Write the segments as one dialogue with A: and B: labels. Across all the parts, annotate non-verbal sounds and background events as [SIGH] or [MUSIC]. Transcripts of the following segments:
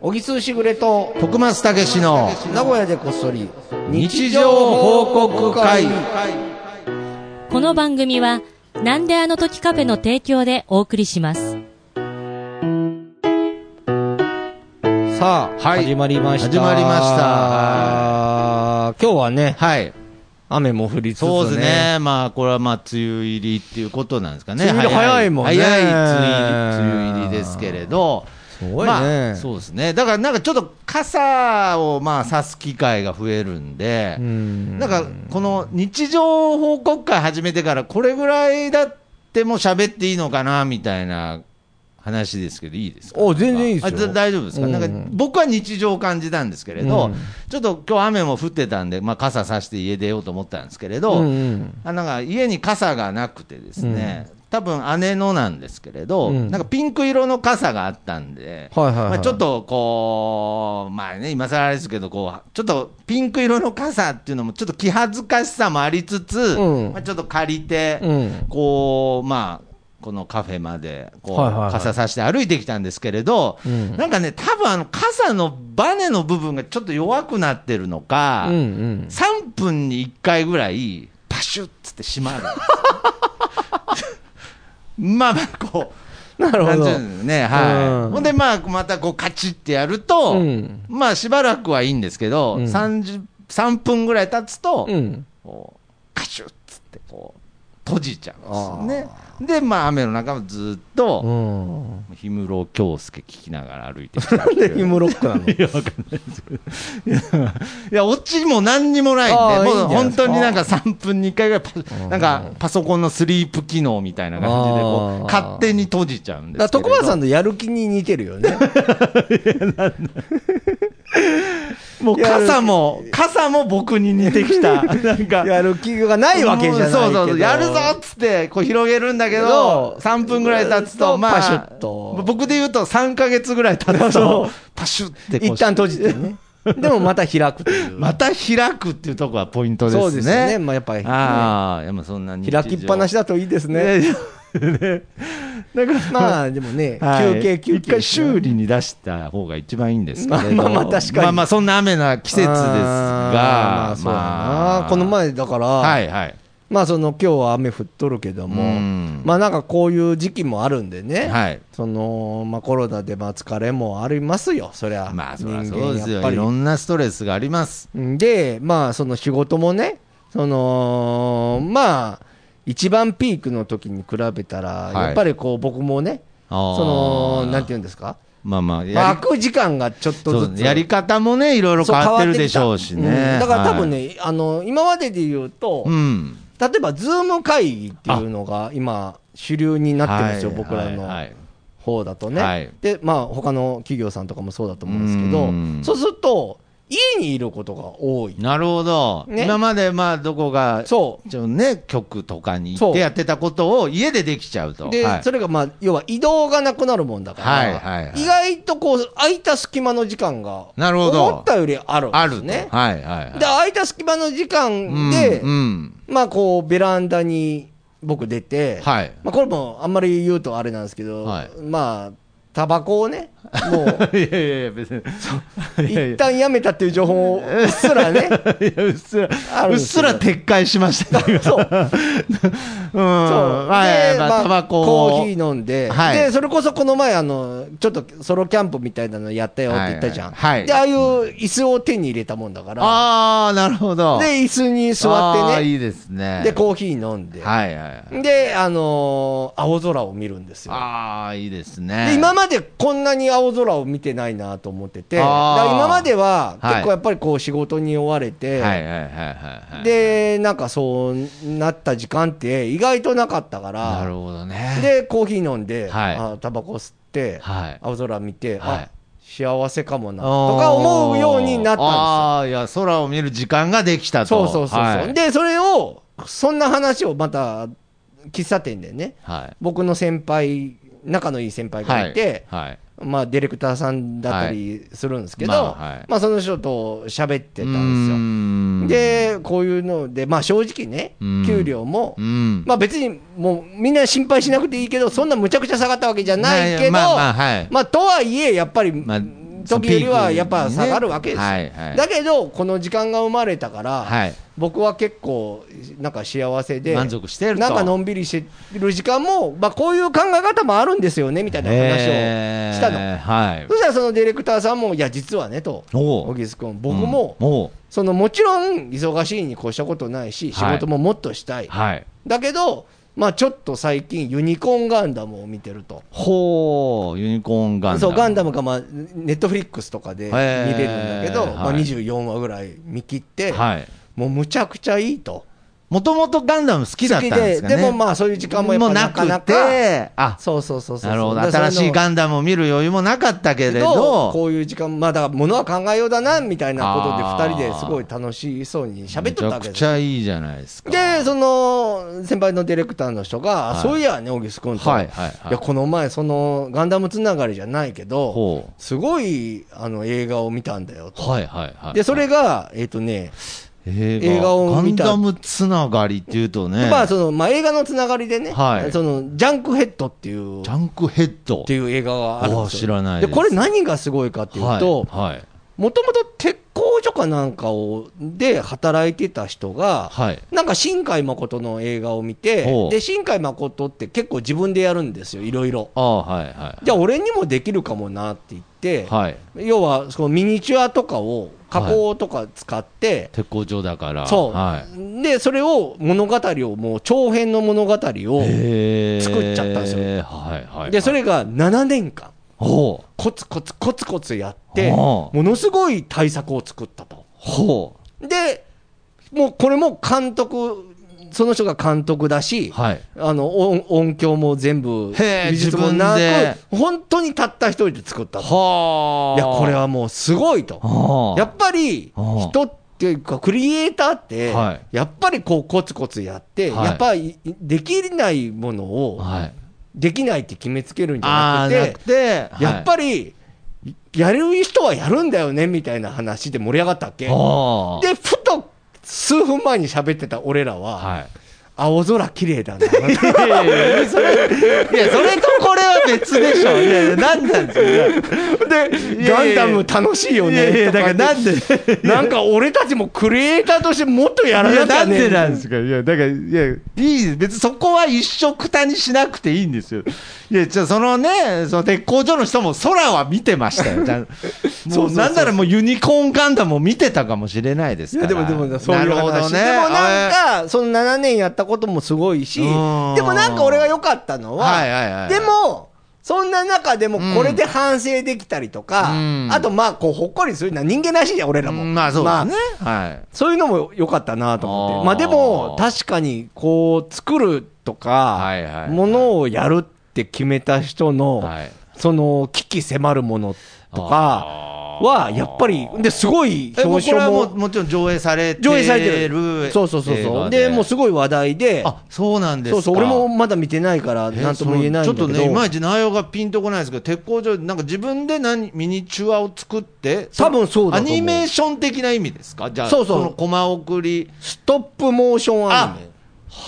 A: 小木すしぐれと
B: 徳松たけしの
A: 名古屋でこっそり
B: 日常報告会
C: この番組は、なんであの時カフェの提供でお送りします。
A: さあ、
B: はい
A: 始まりました
B: 始まりました
A: 今日はね
B: はい。
A: 雨も降りつつね
B: そうですね。まあ、これはまあ、梅雨入りっていうことなんですかね。
A: 梅雨入り早いもんね
B: 早い梅雨入り、梅雨入りですけれど。
A: すごいね
B: まあ、そうですね。だからなんかちょっと傘をまあ、差す機会が増えるんで、
A: うん
B: なんかこの日常報告会始めてから、これぐらいだっても喋っていいのかなみたいな話ですけど、いいですか
A: お全然いいですよ
B: あだ大丈夫ですか、
A: うん
B: なんか僕は日常を感じたんですけれど、
A: うん
B: ちょっと今日雨も降ってたんで、まあ、傘さして家出ようと思ったんですけれど、
A: うんうん
B: あなんか家に傘がなくてですね、多分姉のなんですけれど、
A: うん
B: なんかピンク色の傘があったんで、
A: はいはいはい
B: まあ、ちょっとこう、まあね、今更あれですけどこう、ちょっとピンク色の傘っていうのも、ちょっと気恥ずかしさもありつつ、
A: うん
B: まあ、ちょっと借りて、
A: うん
B: こう、まあ、このカフェまでこう、
A: はいはいはい
B: 傘さして歩いてきたんですけれど、
A: うん
B: なんかね、多分あの傘のバネの部分がちょっと弱くなってるのか、
A: うんうん
B: 3分に1回ぐらい、パシュッつって閉まる。 [LAUGHS] まあまあ、こう。
A: なるほど
B: んていうんですかね、は
A: うん
B: い。ほんで、まあ、またこう、カチッってやると、
A: うん
B: まあ、しばらくはいいんですけど、
A: うん
B: 30 3分ぐらい経つと、
A: うん
B: こうカシュッつって、こう、閉じちゃうんですね。で、まあ、雨の中もず
A: う
B: っと、
A: ん
B: 氷室京介聞きながら歩いてき
A: [LAUGHS]
B: たん
A: でヒムロックなの
B: いや、オチも何にもない
A: あ
B: ん
A: ー
B: で、
A: いい
B: もう
A: じゃ
B: ん
A: ないで
B: 本
A: すか
B: 当になんか3分に1回ぐらいパ、なんかパソコンのスリープ機能みたいな感じでこ
A: あー
B: う、勝手に閉じちゃうん
A: だから
B: ですけれど。
A: 徳川さんのやる気に似てるよね
B: もう傘も、傘も僕に似てき [LAUGHS] た。なんか。
A: やる気がないわけじゃないけど
B: そうそうそう、やるぞっつって、こう広げるんだけ
A: けど
B: ど、3分ぐらい経つ
A: う
B: と、
A: ん
B: ま
A: パシュ
B: あ
A: ッと、
B: 僕で言うと3ヶ月ぐらい経つ
A: そ
B: と
A: う、
B: パシュってこう
A: 一旦閉じてね [LAUGHS] でもまた開くという
B: また開くっていうとこはポイントですね。
A: そうですねまあやっぱりね
B: ああ、いやまあそんな日常
A: 開きっぱなしだといいですね
B: ね。だから、
A: まあでもね、
B: [LAUGHS] はい
A: 休憩休憩
B: 一回修理に出した方が一番いいんですけれど
A: まあまあまあ確かに
B: まあまあそんな雨な季節です
A: あーま
B: が、
A: あそうだなこの前だから、
B: はいはい。
A: まあその今日は雨降っとるけども、
B: うん
A: まあなんかこういう時期もあるんでね、
B: はい
A: そのまあコロナでまあ疲れもありますよ、そりゃ。
B: まあそりゃそうです
A: 人間やっぱ
B: よ。
A: り
B: いろんなストレスがあります。
A: で、まあ、その仕事もね、その、まあ、一番ピークの時に比べたら、
B: はい
A: やっぱりこう、僕もね、
B: あー
A: その、なんていうんですか、
B: まあまあ、
A: まあ
B: やり
A: 空く時間がちょっと
B: そう
A: ず
B: です
A: つ。
B: ねやり方もね、いろいろ
A: そう
B: 変わってるでしょうし
A: 変わってきた
B: ね
A: う。んだから多分
B: はい、
A: ね、あの、今までで言うと、
B: うん。
A: 例えば、ズーム会議っていうのが今、主流になってるんですよ、
B: はい
A: 僕らの
B: はいはい
A: 方だとね。
B: はい
A: で、まあ、他の企業さんとかもそうだと思うんですけ
B: う
A: ど、
B: ん
A: そうすると、家にいることが多い。
B: なるほど。
A: ね
B: 今までまあどこが
A: そう。
B: ちょね、局とかに行
A: そ
B: っ
A: う
B: てやってたことを家でできちゃうと。
A: で、
B: はい
A: それがまあ、要は移動がなくなるもんだから、
B: はいはいはい
A: 意外とこう、空いた隙間の時間が、
B: なるほど
A: 思ったよりあるん
B: あ
A: で
B: る
A: す
B: と
A: ね。
B: はいはいはい。
A: で、空いた隙間の時間で、
B: うんうん
A: まあこう、ベランダに僕出て、
B: はい
A: まあこれもあんまり言うとあれなんですけど、
B: はい
A: まあ、タバコをね、もう、
B: いやいやいや、別に。 [LAUGHS] いやい
A: 一
B: や
A: 旦やめたっていう情報を、うっすら
B: [LAUGHS]
A: ね、
B: いやうっすら
A: あ、るんで
B: うっ
A: すけ
B: す
A: ど
B: ら撤回しましたね。
A: そう。
B: うん。
A: そう
B: はい、
A: で
B: ま
A: ま
B: あ、
A: あ
B: タバコを。
A: コーヒー飲んで、
B: はい
A: でそれこそこの前あの、ちょっとソロキャンプみたいなのやったよって言ったじゃん、
B: はいはいはい
A: でああいう椅子を手に入れたもんだから、
B: ああ、なるほど。
A: で椅子に座っ
B: あ
A: て
B: ー
A: ね、
B: いいですね。
A: でコーヒー飲んで、
B: はいはいはい。
A: で、あのー青空を見るんですよ。
B: ああ、いいですね。
A: で今までこんなに青空を見てないなと思ってて、だ
B: あ
A: か
B: ー
A: ら今までは
B: はい
A: 結構やっぱりこう仕事に追われて、
B: はいはいはいはいはい。、
A: でなんかそうなった時間って意外となかったから、
B: なるほどね。
A: で、コーヒー飲んで、
B: はい
A: あタバコ吸って、
B: はい
A: 青空見て、
B: は
A: あ
B: い
A: 幸せかもな、とか思うようになったんで
B: ああー、いや、空を見る時間ができたと。
A: すよ。そうそうそうそう、
B: はい、
A: で、それを、そんな話をまた、喫茶店でね、
B: はい。
A: 僕の先輩、仲のいい先輩がいて、
B: はい。はい
A: まあ、ディレクターさんだったりするんですけど、
B: まあはい
A: まあ、その人と喋ってた
B: うー
A: ん
B: ん
A: ですよ。で、こういうので、まあ、正直ね
B: う、ん
A: 給料も
B: う、ん。
A: まあ別にもうみんな心配しなくていいけど、そんなむちゃくちゃ下がったわけじゃないけど、
B: まあま
A: ま
B: あはい
A: あとはいえ、やっぱり、
B: まあ
A: 時よりはやっぱ下がるわけですよ、
B: はいはい
A: だけどこの時間が生まれたから、
B: はい
A: 僕は結構なんか幸せで
B: 満足してると
A: なんかのんびりしてる時間も、まあ、こういう考え方もあるんですよねみたいな話を
B: えー
A: したの、
B: はい
A: そしたらそのディレクターさんもいや実はねと
B: おう
A: 小木津君僕も、
B: うんおう
A: そのもちろん忙しいに越したことないし仕
B: はい
A: 事ももっとしたい、
B: はい
A: だけど、まあ、ちょっと最近ユニコーンガンダムを見てると。
B: ほうユニコーンガンダム
A: そうガンダムが、まあ、ネットフリックスとかで見
B: へー
A: れるんだけど、まあ、
B: はい
A: 24話ぐらい見切って、
B: はい
A: もうむちゃくちゃいいと、
B: もともとガンダム好きだ
A: 好
B: ったん
A: き
B: で
A: です
B: かね
A: でもまあそういう時間もやっ
B: も
A: ぱ
B: うな
A: なかな
B: く
A: か
B: てあ
A: そうそうそうそう
B: なるほど
A: だから
B: 新しい
A: そう
B: ガンダムを見る余裕もなかったけ
A: いう
B: れ
A: の
B: ど
A: こういう時間まあだからものは考えようだなみたいなこと
B: あ
A: で
B: ー
A: 2人ですごい楽しそうに喋っとったわけで
B: めちゃく
A: す
B: ち
A: よ
B: ゃいいじゃないですか
A: でその先輩のディレクターの人が、
B: はい
A: そういやね小木ス君と、
B: はい
A: い
B: はいはい
A: やこの前そのガンダムつながりじゃないけど
B: ほう
A: すごいあの映画を見たんだよと。
B: はいはいはい
A: で、それが、えっ、とね、
B: 映
A: 映画を見た
B: ガンダムつながりっていうとね、
A: まあそのまあ、映画のつながりでね、
B: はい
A: そのジャンクヘッドっていうっ
B: ジャンクヘッド
A: ていう映画があるんですよ
B: おー知らないです
A: これ何がすごいかっていうと、
B: はいはい
A: もともと鉄工所かなんかをで働いてた人が、
B: はい
A: なんか新海誠の映画を見
B: ほ
A: て、
B: う
A: で新海誠って結構自分でやるんですよ、いろいろ。
B: ああはいはい
A: じゃあ、俺にもできるかもなって言って、
B: はい
A: 要はそのミニチュアとかを、加工とか使って、
B: 鉄工所だから
A: そう、
B: は
A: でそれを物語をもう長編の物語
B: い、
A: を
B: へー
A: 作っちゃったんですよ
B: はいはいはい
A: でそれが7年間
B: ほう
A: コツコツコツコツやっても
B: おう
A: のすごい大作を作ったと
B: ほ
A: でもうこれも監督その人が監督だし
B: う、はい
A: あの音音響も全部
B: へえ
A: 技術もな
B: 自分
A: く本当にたった一人で作ったと
B: はい
A: やこれはもうすごいと
B: は
A: やっぱり
B: うん
A: 人っていうかクリエイターって
B: はい
A: やっぱりこうコツコツやって、
B: はい
A: やっぱりできないものを
B: はい
A: できないって決めつけるんじ
B: あ
A: ゃ
B: ー
A: な
B: な
A: く
B: く
A: て
B: て
A: やっぱりやる人はやるんだよねみたいな話で盛り上がったっけ
B: りはあ
A: でふと数分前に喋ってた俺らは、
B: はい
A: 青空綺麗だな
B: [LAUGHS] いやいやいやそれいやそれとこれは別でしょいやいやなんなんですよ
A: で
B: いや
A: ガ
B: い
A: ン
B: や
A: ダム楽しいよ
B: いやい
A: ね
B: や
A: と
B: だ
A: か
B: から
A: 言って
B: [LAUGHS] な
A: な
B: んで
A: んか俺たちもクリエイターとしてもっとやら
B: いや、
A: なき
B: な
A: ゃ
B: ん
A: ね
B: でなんですかいや、だから、いや、いい、別にそこは一緒くたにしなくていいんですよ。いや、じゃあそのね、その鉄工所の人も空は見てまし
A: [LAUGHS]
B: たよ。ちゃん
A: そうそう
B: もう、
A: そう
B: なんならもうユニコーンガンダムも見てたかもしれないです
A: い
B: か
A: や
B: ら。
A: でもでもそういう話
B: なるほど
A: でも
B: ね。
A: なん
B: あ
A: かその7年やったこともすごいし
B: う
A: で
B: ん
A: もなんか俺が良かったのは,、
B: はいはいはい
A: でもそんな中でもこれで反省できたりとか、
B: うん
A: あとまあこうほっこりするのは人間らしいじゃん俺ら
B: れ
A: も、
B: うんまあそうですね。はい。
A: そういうのも良かったなと思って
B: あー
A: まあでも確かにこう作るとか
B: はいはいはい
A: ものをやるって決めた人の
B: はい
A: その危機迫るものとかはやっぱりですごい
B: え、もうこ
A: 表
B: れは
A: 彰も
B: もうもちろん上映されてる。
A: 上映されてる。そうそうそうそう。で、もうすごい話題で、
B: あ、そうなんです
A: そうそ
B: か。
A: う、俺もまだ見てないから、なんとも言えないんだけど。
B: ちょっとねいまいち内容がピンとこないですけど鉄工所なんか自分で何ミニチュアを作って
A: 多分そうだ
B: ア
A: と思う
B: ニメーション的な意味ですかじゃあ
A: そうそう
B: のコマ送り
A: ストップモーションアニメ。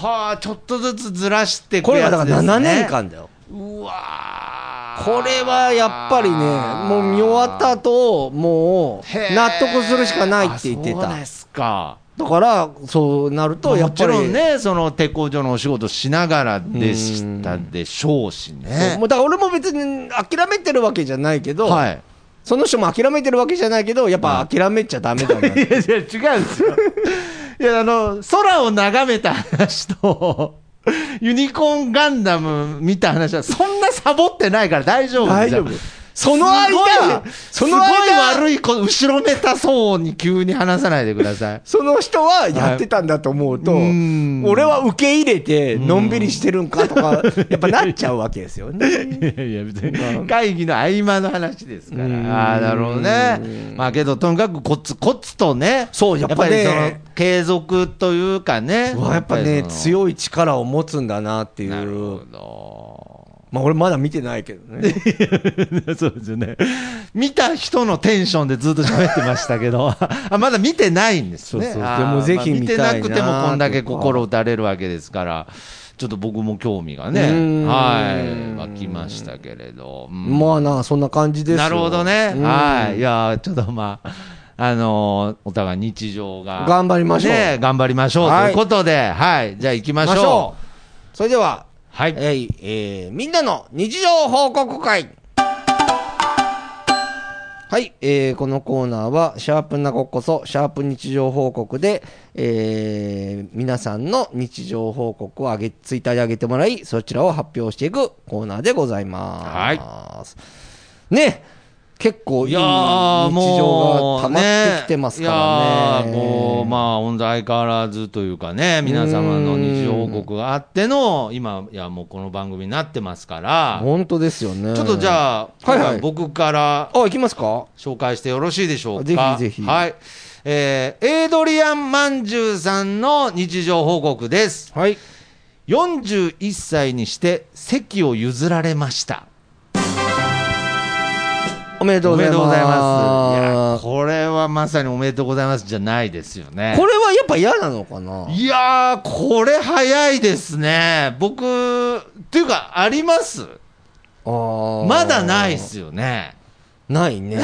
B: はあちょっとずつずらしていく
A: これ
B: や
A: は
B: つで
A: だ
B: す、
A: か
B: ね、
A: ら7年間だよ。
B: うわー
A: これはやっぱりね、もう見終わった後、も
B: へ
A: う
B: ー
A: 納得するしかないって言って
B: あそ
A: た
B: うで。すか
A: だから、そうなると、や
B: も
A: っぱ
B: ち
A: り。
B: ろんねその鉄工所のお仕事しながらでしたでしょうし
A: そう
B: ね
A: もうだから俺も別に諦めてるわけじゃないけど、
B: はい
A: その人も諦めてるわけじゃないけど、やっぱ諦めちゃダメだなって
B: いや、いや違うんですよ。いや、あの、空を眺めた話と、ユニコーンガンダム見た話は、そんなサボってないから大丈夫
A: 大
B: です
A: 丈
B: よ
A: 夫。その間、
B: す
A: そ
B: ごい
A: の
B: すごい
A: 間、
B: 悪いこと、後ろめたそうに急に話さないでください。
A: その人はやってたんだと思うと、
B: はいうーん
A: 俺は受け入れて、のんびりしてるんかとか、やっぱなっちゃうわけですよ
B: [LAUGHS]
A: ね。
B: いやいや、別に会議の合間の話ですから。ああー、なるほどね。まあけど、とにかくコツコツとね。
A: そうやっぱね
B: やっぱりその継続というかね。
A: うわやっぱね、
B: い。
A: 強い力を持つんだなってい
B: なるほ
A: う、
B: ど。
A: まあ俺まだ見てないけどね。
B: [LAUGHS] そうですよね。見た人のテンションでずっと喋ってました
A: [LAUGHS]
B: けど、あまだ見てないんですね。
A: そうそう
B: あー
A: でもぜひ
B: まあ
A: 見たいな
B: 見てなくてもこんだけ心打たれるわけですから、ちょっと僕も興味が
A: う
B: ね、
A: ん
B: はい、湧きましたけれど。うん
A: [LAUGHS] まあなあ、そんな感じですよ
B: なるほどね。
A: うん
B: はい。いやー、ちょっとまあ、あのーお互い日常が。
A: 頑張りましょう
B: ね、頑張りましょう。と
A: はい
B: いうことで、はい。じゃあ行きましょう。
A: ましょうそれでは、
B: はい。
A: えいえーみんなの日常報告会はい、えーこのコーナーは、シャープなここそ、シャープ日常報告で、えー皆さんの日常報告をあげ、ツイッターで上げてもらい、そちらを発表していくコーナーでございます。ね、結構いい
B: い
A: 日
B: や
A: 常
B: ーも
A: が
B: う
A: 溜まってきてますからね。
B: いやーもうまあ本当相変わらずというかね皆様の日常報告があっての今いやもうこの番組になってますから
A: 本当ですよね。
B: ちょっとじ
A: あ、
B: ゃあ
A: はいはい
B: 今回僕から
A: あ、行きますか
B: 紹介してよろしいでしょうか。
A: ぜひぜひ
B: はい。えー、エイドリアン・マンジューさんの日常報告です。
A: はい。
B: 41歳にして席を譲られました。
A: おめでとう
B: お
A: ご
B: め
A: ざい
B: でとうございます。いや
A: ま、す。
B: これはまさにおめでとうございますじゃないですよね。
A: これはやっぱ嫌なのかない
B: やー、これ早いですね。僕、っていうか、あります
A: あー
B: まだないっすよね。
A: ないね。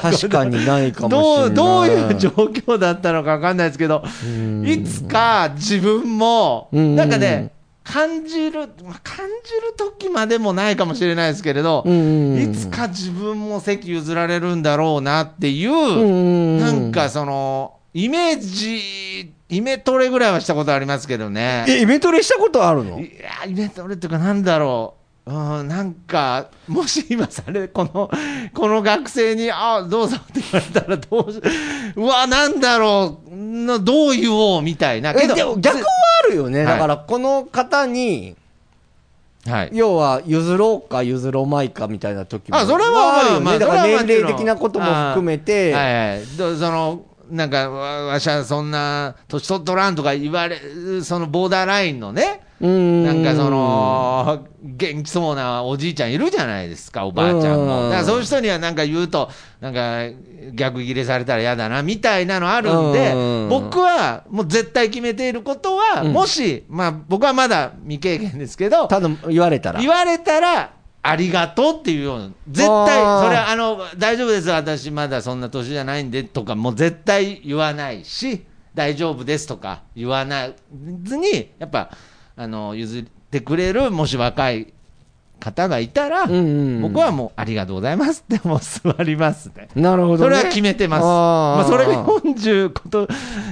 A: 確かにないかもしれ
B: ど
A: な
B: う
A: い。
B: どういう状況だったのか分かんないですけど、
A: ん
B: いつか自分も、
A: うん
B: なんかね、感じる、まあ感じる時までもないかもしれないですけれど、
A: うん
B: いつか自分も席譲られるんだろうなっていう、
A: ん
B: なんかその、イメージ、イメトレぐらいはしたことありますけどね。
A: え、イベントレしたことあるの
B: いや、イベント俺っていうか、なんだろう。うん、なんか、もし今され、この、この学生に、あどうぞって言われたらどうし、うわ、なんだろう、などう言おうみたいな。
A: え、でも逆はあるよね。
B: はい
A: だからこの方に、
B: はい。
A: 要は譲ろうか譲ろうまいかみたいな時も
B: あ、それはまあ、
A: るよ
B: まあ、
A: ね。だから
B: それはもちろ
A: 年
B: ん
A: 齢的なことも含めて、
B: あーはいはい。どその、なんか、わわしはそんな、年取っとらんとか言われる、そのボーダーラインのね、
A: うん
B: なんかそ、の、元気そうなおじいちゃんいるじゃないですか、おばあちゃんも。
A: うん
B: だからそういう人にはなんか言うと、なんか逆ギレされたら嫌だな、みたいなのあるんで
A: うん、
B: 僕はもう絶対決めていることは、
A: うん
B: もし、まあ僕はまだ未経験ですけど、
A: ただ言われたら。
B: 言われたら、ありがとうっていうような、絶対、
A: あー
B: それはあの、大丈夫です、私まだそんな年じゃないんでとか、もう絶対言わないし、大丈夫ですとか言わないずに、やっぱ、あの、譲ってくれる、もし若い方がいたら、
A: うんうん
B: 僕はもう、ありがとうございますって、もう座りますね。
A: なるほど、ね。
B: それは決めてます。
A: あー
B: まあ、それが40こと、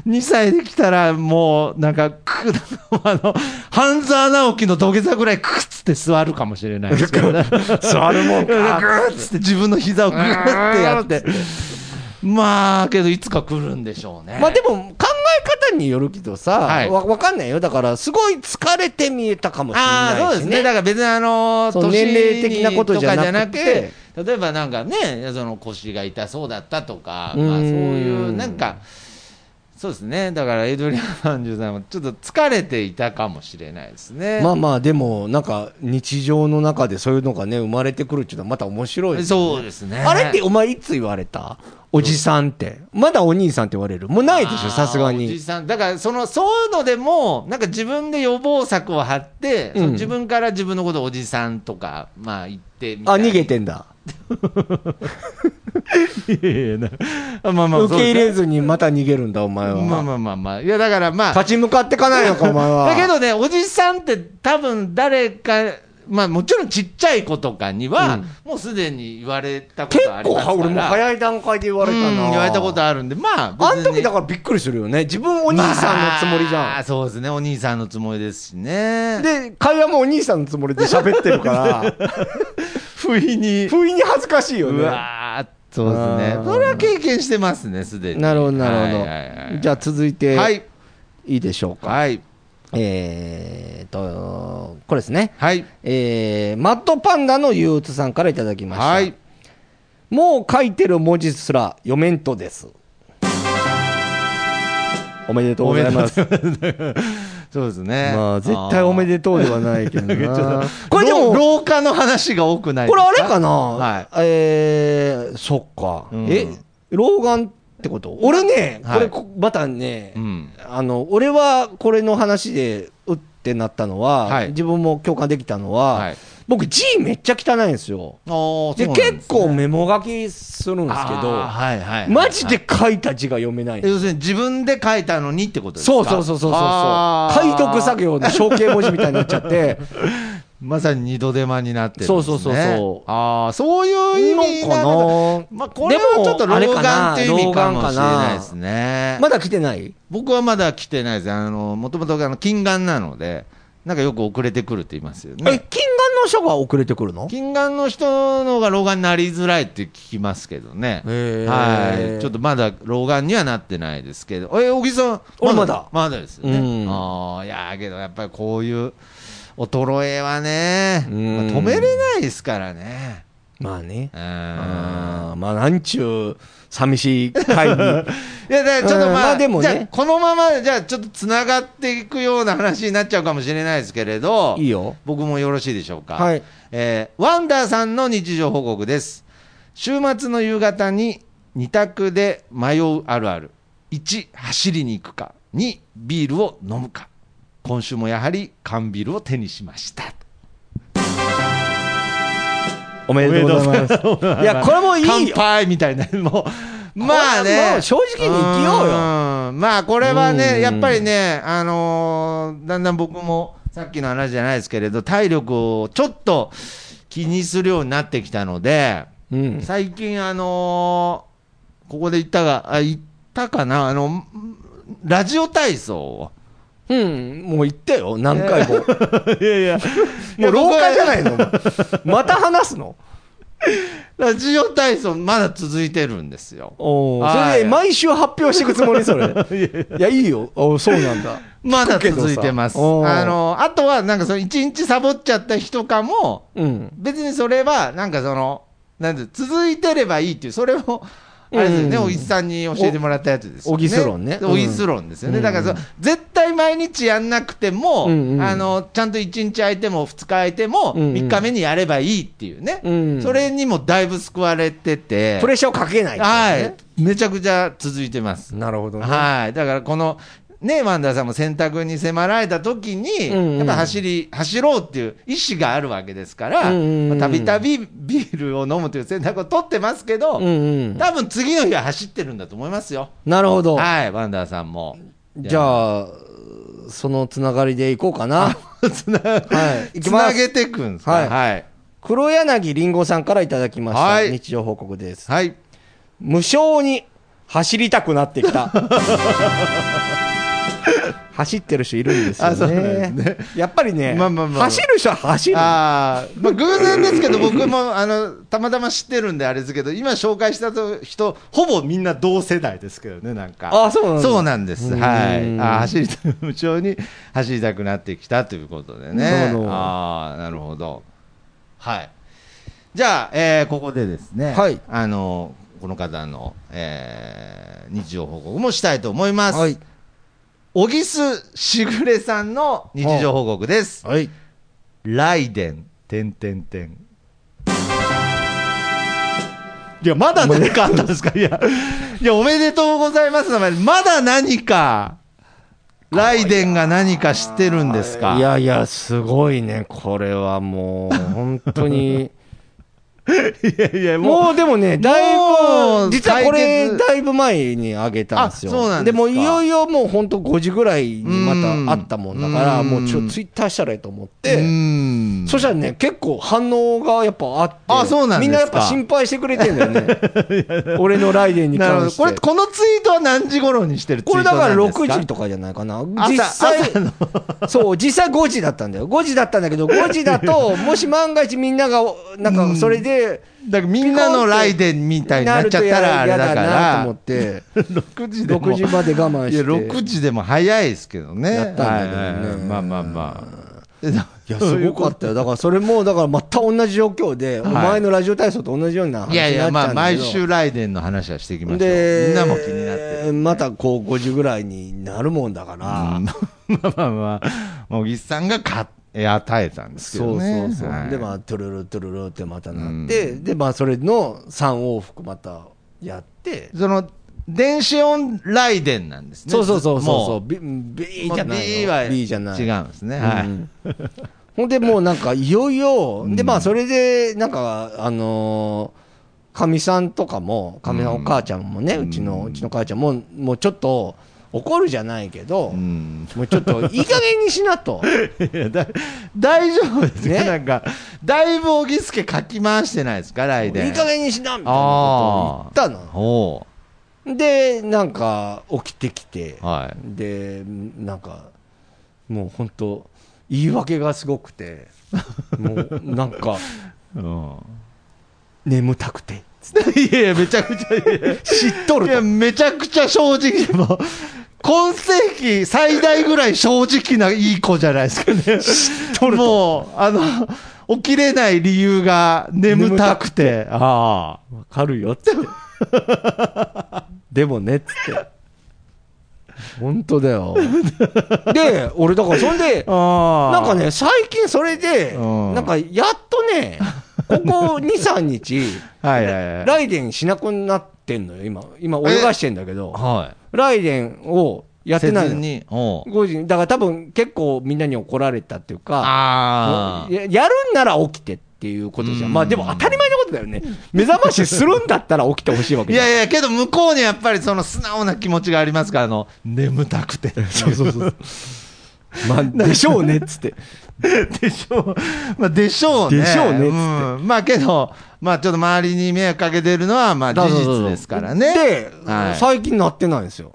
B: 2歳できたら、もう、なんか、く、 [LAUGHS] あの、半沢直樹の土下座ぐらい、くっつって座るかもしれないですけどね。
A: [LAUGHS] 座るもん
B: ぐーっつって自分の膝をぐーってやって。まあ、けど、いつか来るんでしょうね。
A: まあでも考え方によるけどさ、
B: はい
A: わわかんないよだからすごい疲れて見えたかもしれない
B: あ
A: し、ね、
B: あーそうですね、だから別にあの
A: そう
B: 年齢
A: 年齢
B: 的
A: 的な
B: なこ
A: こととじ
B: じゃ
A: ゃ
B: な
A: な
B: く
A: く
B: て
A: て、
B: 例えばなんかね、その腰が痛そうだったとか、
A: うん
B: まあ、そういう、なんか、そうですね、だからエイドリアン・マンジュさんは、ちょっと疲れていたかもしれないですね。
A: まあまあでもなんか日常の中でそういうのがね生まれてくるっていうのはまた面白いですね
B: そうですね。
A: あれってお前いつ言われたおじさんってまだお兄さんって言われるもうないでし
B: あー
A: ょさすが
B: おじ
A: に
B: さんだからそのそういうのでもなんか自分で予防策を張って、その
A: うん
B: 自分から自分のことをおじさんとかまあ言ってみ
A: あ
B: たいな
A: 逃げてんだ
B: [LAUGHS] いやいやなあまあまあ
A: 受け入
B: そう
A: れずにまた逃げるんだお前は、
B: まあまあまあまあいやだからまあ
A: 立ち向かってかないのかお前は
B: だけどね、おじさんって多分誰か、まあもちろんちっちゃい子とかには、もうすでに言われたこ
A: 結
B: とありますから。
A: 構俺も
B: い
A: 早い段階で言わ
B: 言
A: れたな、
B: うん、言われたことあるんで、まあ
A: あ
B: 別
A: の
B: に
A: 時だからびっくりするよね自分お兄さんのつもりじゃん、
B: まあそうですね、お兄さんのつもりですしね。
A: で、会話もお兄さんのつもりで喋ってるから、
B: [LAUGHS] 不意に。
A: 不意に恥ずかしいよ
B: う
A: ね。
B: わーそうです
A: あ
B: ね。
A: ー
B: それは経験してますね、すでに。
A: なるほど、な
B: はいはい
A: る
B: は
A: ほど。
B: い
A: じゃあ続いて、、
B: はいい。
A: いでしょうか。
B: はい。
A: えーと、これですね。
B: はい。
A: えー、マッドパンダの憂鬱さんからいただきました。
B: はい。
A: もう書いてる文字すら読めんとです。おめでとうございます。
B: そうです [LAUGHS] ね。
A: まあ、絶対おめ
B: で。
A: でとうではないけどな
B: [LAUGHS]
A: こ
B: これ
A: れ
B: で
A: で
B: も、
A: も、
B: 廊下の話が多くないで
A: こ
B: す
A: れ
B: か
A: あれかな、
B: はい
A: えー、そっか。
B: うん
A: え、老眼ってこと俺ね、
B: はい
A: これこ、またね、
B: うん。
A: あの、俺はこれの話で、うってなったのは、
B: はい
A: 自分も共感できたのは、
B: はい
A: 僕字めっちゃ汚いんですよ。
B: おー
A: で
B: そうなんすね
A: 結構メモ書きするんですけど、
B: あーはいはいはい
A: マジで書いた字が読めないんですよ
B: 要するに自分で書いたのにってことですか
A: そうそうそうそうそう
B: あー
A: 解読作業の象形文字みたいになっちゃ
B: [LAUGHS]
A: って
B: まさに二度手間になってる
A: そ
B: んです、ね、
A: うそうそうそう
B: ああそういう意味なのか
A: のかな
B: まあこれはちょっと老眼っていう意味かもしれないです
A: ね
B: ね
A: まだ来てない
B: 僕はまだ来てないですあのもともとあの近眼なのでなんかよく遅れてくるって言いますよ
A: え
B: ね
A: 近眼の人が遅れてくるの
B: 近眼の人の方が老眼になりづらいって聞きますけどね
A: へー
B: はいちょっとまだ老眼にはなってないですけどえ小木さん
A: 俺
B: まだですよね、
A: うん
B: ああいやーけどやっぱりこういう衰えはね、
A: うん
B: まあ止めれないですからね
A: まあね
B: うん
A: あーまあなんちゅう寂しい会に [LAUGHS]
B: いやだからちょっとまあ、
A: うんまあでもね
B: じゃあこのままじゃあちょっとつながっていくような話になっちゃうかもしれないですけれど
A: いいよ
B: 僕もよろしいでしょうか、
A: はい
B: えーワンダーさんの日常報告です週末の夕方に2択で迷うあるある1走りに行くか2ビールを飲むか今週もやはり缶ビールを手にしました
A: おめでとうございますいやこれもい
B: 乾
A: いよ
B: 杯みたいな [LAUGHS] もうまあ
A: これはも
B: ね
A: う正直に生きようよ
B: よまあこれは
A: うん
B: ねやっぱりねあのーだんだん僕もさっきの話じゃないですけれど体力をちょっと気にするようになってきたので
A: うん
B: 最近あのーここで言ったがあ言ったかなあのラジオ体操を
A: うんもう言ったよ何回も
B: いやいや
A: [LAUGHS] もう廊
B: 僕は
A: 下じゃないのまた話すの
B: ラジオ体操まだ続いてるんですよ
A: おー
B: はい
A: それで毎週発表していくつもりそれいやいいよおそうなん [LAUGHS] だ
B: まだ続いてます。
A: 聞くけどさ
B: あの、あとは、なんかその一日サボっちゃった日とかも、
A: うん
B: 別にそれは、なんかその、なんて、続いてればいいっていう、それも、あれですよね、
A: うん
B: 小木さんに教えてもらったやつですよね。
A: お小木スロンね
B: 小木スロンですよね。
A: うん
B: だからその、絶対毎日やんなくて
A: う
B: も、
A: んうん
B: あの、ちゃんと一日空いても、二日空いても、
A: うんうん
B: 三日目にやればいいっていうね。
A: うん
B: それにもだいぶ救われてて、
A: プレッシャーをかけない、
B: はい。めちゃくちゃ続いてます。
A: なるほどね。
B: はい、だからこの、ね、ワンダーさんも選択に迫られた時に、
A: うんうん
B: やっぱ走り、走ろうっていう意思があるわけですから、
A: うんうんうん
B: まあたびたびビールを飲むという選択を取ってますけど、
A: うんうん。
B: 多分次の日は走ってるんだと思いますよ。
A: なるほど。
B: はい、ワンダーさんも。
A: じゃあ、そのつながりでいこうかな。
B: あ、 [LAUGHS] つな、
A: はい。いき
B: つ
A: ま
B: な
A: す。
B: げていくんですか。
A: はい
B: はい。
A: 黒柳りんごさんからいただきました、
B: はい
A: 日常報告です。
B: はい。
A: 無性に走りたくなってき
B: [LAUGHS]
A: た。走ってる人いるんですよ
B: あそうなん
A: ね。やっぱりね、
B: まあまあまあ
A: 走る人は走る。
B: あーまあ、偶然ですけど、僕もあのたまたま知ってるんで、あれですけど、今紹介したと人、ほぼみんな同世代ですけどね、なんか、
A: あそうなんだ
B: そうなんです、
A: うん
B: はい、あー走りた無性に走りたくなってきたということでね、
A: なるほど
B: あーなるほど、はい、じゃあ、えーここでですね、
A: はい
B: あのこの方の、えー日常報告もしたいと思います。
A: はい。
B: 小木須しぐれさんの日常報告です。
A: はい。
B: ライデン、てんてんてん。いや、まだ何かあったんですか [LAUGHS] いや、いや、おめでとうございますの前にまだ何か、ライデンが何か知ってるんですか
A: いやいや、すごいね。これはもう、本当に。
B: いやいや、
A: [LAUGHS] もうでもね、だ
B: も
A: いうぶ、実はこ
B: 解
A: れ、
B: 決
A: だいぶ前にあげたんですよ。
B: あそうなん
A: で
B: ですか
A: も、いよいよもう本当5時ぐらいにまたあったもんだから、
B: うん
A: もうちょ、ツイッターしたらいいと思っ
B: う
A: て、
B: ん。
A: そしたらね、結構反応がやっぱあって、
B: あそうなんで
A: み
B: すか
A: んなやっぱ心配してくれてんだよね。
B: [LAUGHS]
A: 俺のライデンに
B: なるほ
A: 関
B: ど。
A: して。
B: これ、このツイートは何時頃にしてるツイ
A: こ
B: ー
A: れ
B: ト
A: だか
B: な
A: ら
B: んですか
A: 6時とかじゃないかな。
B: 朝
A: 実際
B: 朝の、
A: そう、実際5時だったんだよ。5時だったんだけど、5時だ
B: [LAUGHS]
A: と、もし万が一みんなが、なんかそれで、
B: だからみんなのライデンみたいになっちゃったらあれだか
A: なる
B: ら
A: と、嫌だなと思って、
B: 6時でも
A: 6時まで我慢
B: い
A: し
B: や
A: て。
B: 6時でも早いですけどね
A: やったんだけどね
B: はいはいまあまあまあい
A: いや、すごかったよ。だから、それも、だから、また同じ状況で、お
B: い
A: 前のラジオ体操と同じような話
B: い
A: にな
B: や
A: っ
B: い
A: ちゃう
B: や
A: んだけ
B: まあ
A: ど
B: 毎週来年の話はしていきましょう
A: で、
B: みんなも気になってる
A: また、こう、5時ぐらいになるもんだか
B: あ
A: ら。
B: まあまあまあ小木さんがか与えたんですけ
A: そ
B: ど
A: う
B: ね
A: そうそう。
B: はい
A: で、まあ、トゥルルトゥルルってまたなって、で、まあ、それの3往復またやって、
B: その電子音来電なんですね。
A: そうそうそうそうそ
B: も
A: う。B, B
B: もう
A: じゃないの
B: B は
A: B じゃない。
B: 違うんですね。はい。
A: うんほんでもうなんかいよいよ、でまあそれでなんかあのーかみさんとかもかみさんお母ちゃんもね、うちのうちの母ちゃんももうちょっと怒るじゃないけど、
B: うん
A: もうちょっといい加減にしなと
B: いやだ大丈夫ですね
A: ね
B: なんか、だいぶ小木助かき回してないですか、
A: い
B: 来
A: い
B: 電。
A: 加減にしなみたいなことを言った
B: ほ
A: のでなんか起きてきて
B: う。はい。
A: でなんかもう本当言い訳がすごくてもうなんか
B: うん。
A: 眠たくて
B: いやいや、めちゃくちゃ、いやい
A: 知っとると
B: や、めちゃくちゃ正直でも、今世紀最大ぐらい正直ないい子じゃないですかね。もう、あの、起きれない理由が眠たくて。ああ。
A: わかるよっつって。でもねっつって。本当だよ。で、俺だからそんで、
B: あ
A: な
B: あ。
A: んかね、最近それで、
B: うん
A: なんかやっとね、こ
B: [LAUGHS]
A: こ2、3日、
B: はいはいはい。
A: ライデンしなくなってんのよ、今。今泳がしてんだけど、
B: は
A: ライデンをや
B: い。
A: ってない
B: せず
A: の。
B: に。おう
A: 5時にだから多分結構みんなに怒られたっていうか、
B: ああ。
A: ややるんなら起きてっていうことじゃ
B: うん
A: ん。まあでも当たり前のことだよね。目覚ましするんだったら起きてほしいわけ
B: い
A: じゃん
B: やいや、けど向こうにやっぱりその素直な気持ちがありますから、あの、 [LAUGHS] 眠たくて。そうそうそう。
A: まあ、でしょうねっつって。
B: でしょう。まあ、でしょうね。
A: でしょうねっつって
B: んまあけど、まあちょっと周りに迷惑かけてるのは、まあ [LAUGHS] 事実ですからね。
A: で、
B: はい
A: 最近なってないんですよ。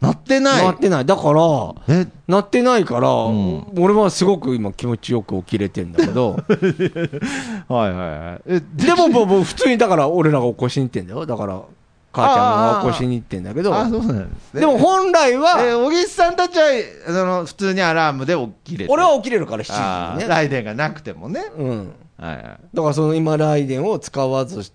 B: なってな
A: ないっ。てない。だから、
B: え、
A: なってないから、
B: ん
A: 俺はすごく今気持ちよく起きれてんだけ
B: [LAUGHS]
A: ど、
B: はいはいはい。え、で
A: でももうもう普通にだから俺らが起こしに行ってんだよ。だから、母ちゃんが起こしに行ってんだけど、
B: あ、そうなんですね。
A: でも本来
B: え、
A: は、
B: 小木さんたちは、その、普通にアラームで起きれて。
A: 俺は起きれるから7
B: あ
A: 時
B: ー、
A: にね。
B: 来電がなくてもね。
A: うん。
B: はいはい。
A: だからその今、ライデンを使わずし、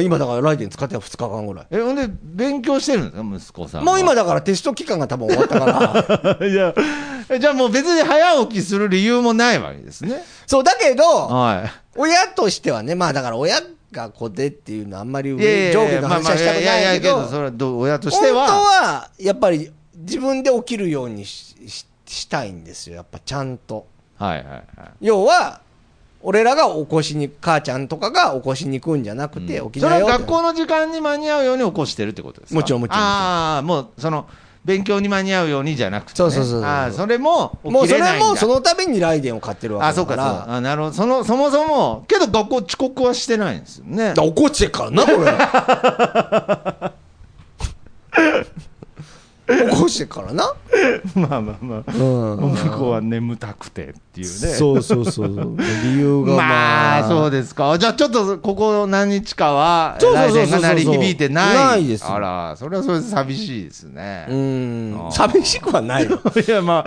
A: 今だからライデン使って2日間ぐらい。
B: え、ほんで、勉強してるんですか、息子さんは。
A: もう今だからテスト期間が多分終わった
B: [LAUGHS]
A: から、
B: いや、じゃあもう別に早起きする理由もないわけですね。
A: そうだけど、
B: は
A: 親としてはね、まあだから親が子でっていうのはあんまり
B: い。
A: 上下の話はしたく
B: いやい
A: な
B: や
A: い
B: いや
A: け
B: けど、
A: ど、
B: そ
A: 本
B: れはどう親として
A: 当
B: は。
A: はやっぱり自分で起きるようにしししたいんですよ、やっぱちゃんと。
B: はいはいはい。
A: 要は、俺らが起こしに、母ちゃんとかが起こしに行くんじゃなくて、起き
B: そ
A: な
B: れは
A: よって
B: 学校の時間に間に合うように起こしてるってことですか
A: もちろんもちろんもちろん
B: ああ、もうその、勉強に間に合うようにじゃなくて、ね。
A: そうそうそうそう
B: ああ、それも起
A: もう
B: き
A: そ
B: れ
A: れ
B: ないんだ。
A: もそのためにライデンを買ってるわ
B: あ、
A: け
B: そ
A: だ
B: うか
A: か
B: そう
A: ら。
B: あなるほど。その、そもそも、けど学校遅刻はしてないんですよ
A: [LAUGHS]
B: ね。
A: だ怒ってっからな、これ。 [LAUGHS] 起こしてっからな。
B: [LAUGHS] まあまあまあ。
A: うん。
B: 向こうは眠たくてっていうね。
A: そうそうそう。理由がま
B: ま
A: あ。
B: あ、そうですか。じゃあ、ちょっと、ここ何日かは、
A: そうそう
B: 来
A: そう
B: 年
A: そう
B: が鳴り響いてない。
A: ないです
B: あら、それはそれで寂しいですね。
A: うー
B: あー
A: ん。寂しくはないよ。
B: [LAUGHS] いや、まあ、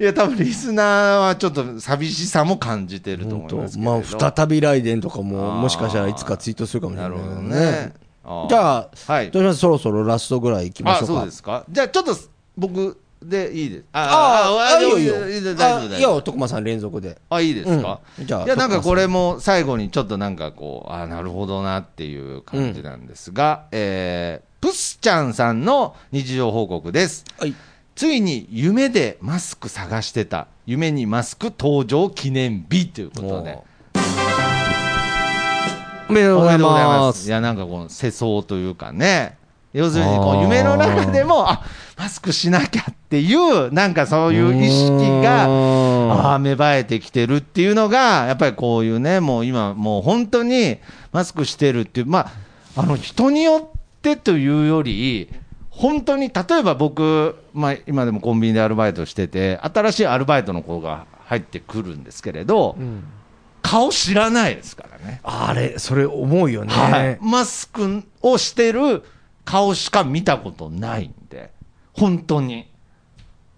B: いや、多分、リスナーはちょっと寂しさも感じてると思いますけれど。
A: まあ、再びライデンとかも、
B: あー
A: もしかしたらいつかツイートするかもしれ
B: な
A: ない
B: る
A: け
B: ほ
A: ど
B: ど
A: ね
B: ね。。あー
A: じゃあ、
B: はい
A: ど。うしますそろそろラストぐらい行きましょ
B: あ、
A: うか。
B: そうですか。じゃあ、ちょっと、僕でいいです。
A: あーあ、いいよいいよ
B: いいです。大
A: あ
B: 丈夫
A: い
B: 大
A: い
B: 丈夫
A: よ、徳間さん連続で。
B: あ、いいですか。
A: うんじゃあ
B: いや、なんかこれも最後にちょっとなんかこう、あーなるほどなっていう感じなんですが、えープスちゃんさんの日常報告です。
A: はい。
B: ついに夢でマスク探してた、夢にマスク登場記念日ということで
A: も。うおめでとうございま
B: い
A: す。
B: や、なんかこの世相というかね。要するにこう夢の中でも、あマスクしなきゃっていう、なんかそういう意識が、ああ、
A: が、
B: 芽生えてきてるっていうのが、やっぱりこういうね、もう今、もう本当にマスクしてるっていう、まあ、あの人によってというより、本当に例えば僕、まあ、今でもコンビニでアルバイトしてて、新しいアルバイトの子が入ってくるんですけれど、
A: うん
B: 顔知らないですからね、
A: あれ、それ思うよね。
B: はい、マスクをしてる顔しか見たことないんで、本当に。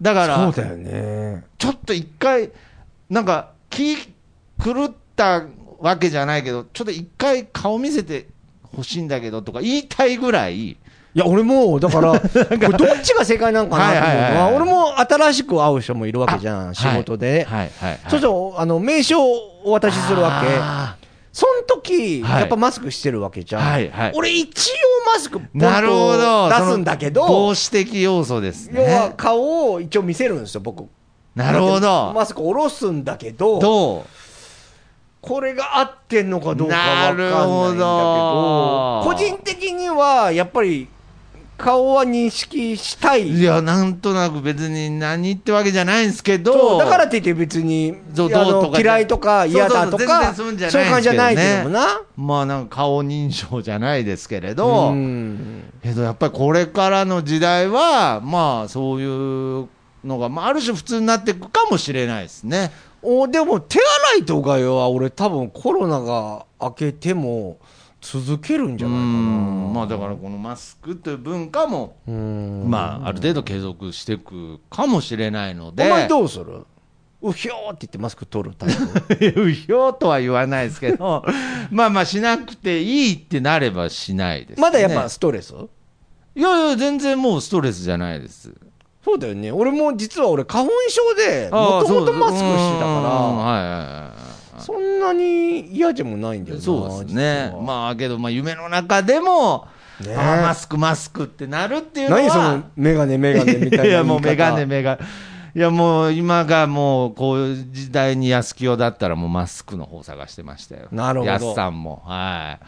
B: だから、
A: そうだよね。
B: ちょっと一回、なんか気狂ったわけじゃないけど、ちょっと一回顔見せてほしいんだけどとか言いたいぐらい、
A: いや、俺も、だ
B: [LAUGHS]
A: から、これどっちが正解なのかなと思うの
B: はいはいはい
A: は、
B: はい
A: 俺も新しく会う人もいるわけじゃん、仕事で。
B: はいはいはい、
A: そうすると、あの、名刺をお渡しするわけ。
B: あ
A: その時、
B: はい
A: やっぱマスクしてるわけじゃん。
B: はいはい
A: 俺一応ましくポン
B: なるほど
A: と出すんだけど
B: その防止的要素です
A: 要は
B: ね
A: 顔を一応見せるんですよ僕
B: なるほど
A: マスク下ろすんだけど
B: ど
A: これが合ってんのかどうかわかんないんだけど
B: なるほど
A: 個人的にはやっぱり顔は認識した
B: う
A: い
B: いやなんとなく別に何ってわけじゃないんですけ
A: そ
B: ど
A: うだからって言って別にあ
B: そうどうと
A: の
B: か
A: 嫌いとか嫌だとか
B: そ
A: そう
B: そううそう全然そういうんじゃないんですけどね
A: いう感じじゃないけどもな
B: まあなんか顔認証じゃないですけれど、
A: うん
B: けどやっぱりこれからの時代はまあそういうのが、まあ、ある種普通になっていくかもしれないですね
A: おでも手洗いとかは俺多分コロナが明けても続けるんじゃ
B: う
A: ないか
B: ん
A: な
B: まあだからこのマスクという文化も、
A: うん
B: まあある程度継続していくかもしれないの
A: お前
B: で [LAUGHS]
A: どうするうひょーって言ってマスク取るタイプ
B: うひょうとは言わないですけど [LAUGHS] まあまあしなくていいってなればしないです、ね、
A: まだやっぱストレス
B: いやいや全然もうストレスじゃないです
A: そうだよね俺も実は俺花粉症でもともとマスクしてた
B: うん
A: か
B: はいはいはい
A: らそんなに嫌でもないんだよな
B: そうですね
A: 実は
B: まあけどまあ夢の中でも、
A: ねえ
B: あーマスクマスクってなるっていうのは
A: 何そのメガネメガネみたいな言い方
B: いやもうメガネメガネいやもう今がもうこういう時代に安清だったらもうマスクの方探してましたよ
A: なるほど
B: 安さんもは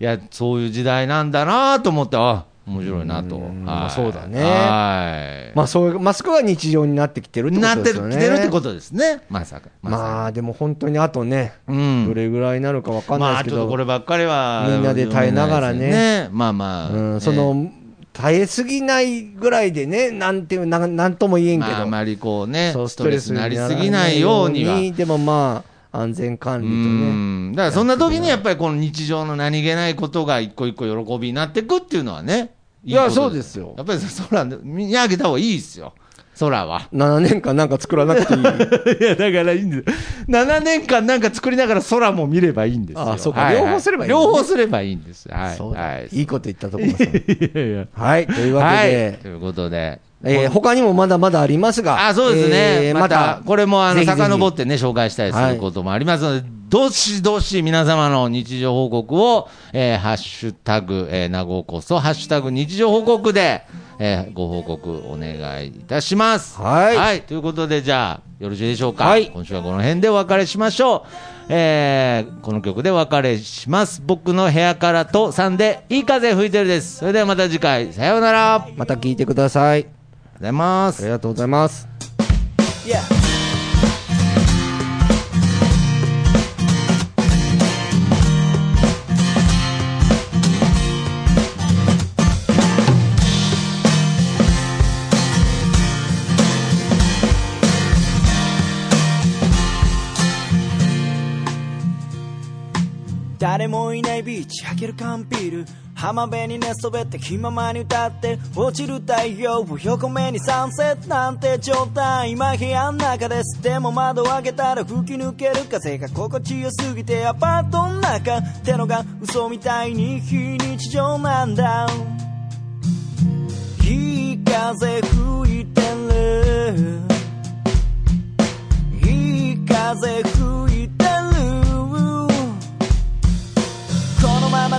B: いいやそういう時代なんだなと思ってあ面白いなと
A: うんま
B: は
A: あ
B: い
A: そうだね
B: はい
A: まあそういうマスクが日常になってきてるってこ
B: な
A: と
B: っ
A: で
B: て
A: すよ
B: る
A: ね
B: 来てるってことですねまさか
A: ま
B: さ
A: あでも本当にあとね
B: かうん
A: どれぐらいになるかわかんない
B: ま
A: で
B: あ
A: すけ
B: ちょっ
A: ど、
B: とこればっかりは
A: みんなで耐えながらね
B: 読めないですよまあまあ、
A: うん、
B: ね
A: その耐えすぎないぐらいでねなんていうななんとも言えんけど、
B: まあ、あまりこうね
A: そう
B: ストレスになりすぎないようには
A: でもまあ安全管
B: う
A: 理とね
B: んだからそんな時にやっぱりこの日常の何気ないことが一個一個喜びになっていくっていうのはね
A: いや
B: いこと
A: そうですよ
B: やっぱり空見上げた方がいいですよ空は
A: 7年間なんか作らなくていい
B: [LAUGHS]
A: [LAUGHS]
B: いやだからいいんです7年間なんか作りながら空も見ればいいんですす
A: よ
B: よ
A: はいはい両
B: 両
A: 方
B: 方すればいいんですはい
A: そうだ、、
B: はいい、
A: いこと言ったところさん
B: やいや
A: はいというわ
B: は
A: け
B: い
A: で、
B: ということで
A: えー他にもまだまだありますが
B: あそうですね、
A: えー
B: またこれもあ
A: ぜ
B: の
A: ひぜひ
B: 遡ってね、紹介したりすることもありますので、どしどし皆様の日常報告を、えーハッシュタグ、えー、名護こそ、ハッシュタグ日常報告で、えーご報告お願いいたします。
A: はい
B: ということで、じゃあ、よろしいでしょうか、
A: はい
B: 今週はこの辺でお別れしましょう。えーこの曲でお別れします。僕の部屋からと3で、いい風吹いてるです。それではまた次回、さようなら。ありがとう
A: また聞いてください
B: ございま
A: あ
B: す
A: り。がとうございます
D: 誰もいないビーチ開ける缶ビール浜辺に寝そべって気ままに歌って落ちる太陽を横目にサンセットなんて状態今部屋の中ですでも窓を開けたら吹き抜ける風が心地よすぎてアパートの中ってのが嘘みたいに非日常なんだいい風吹いてるいい風吹いてるこのまま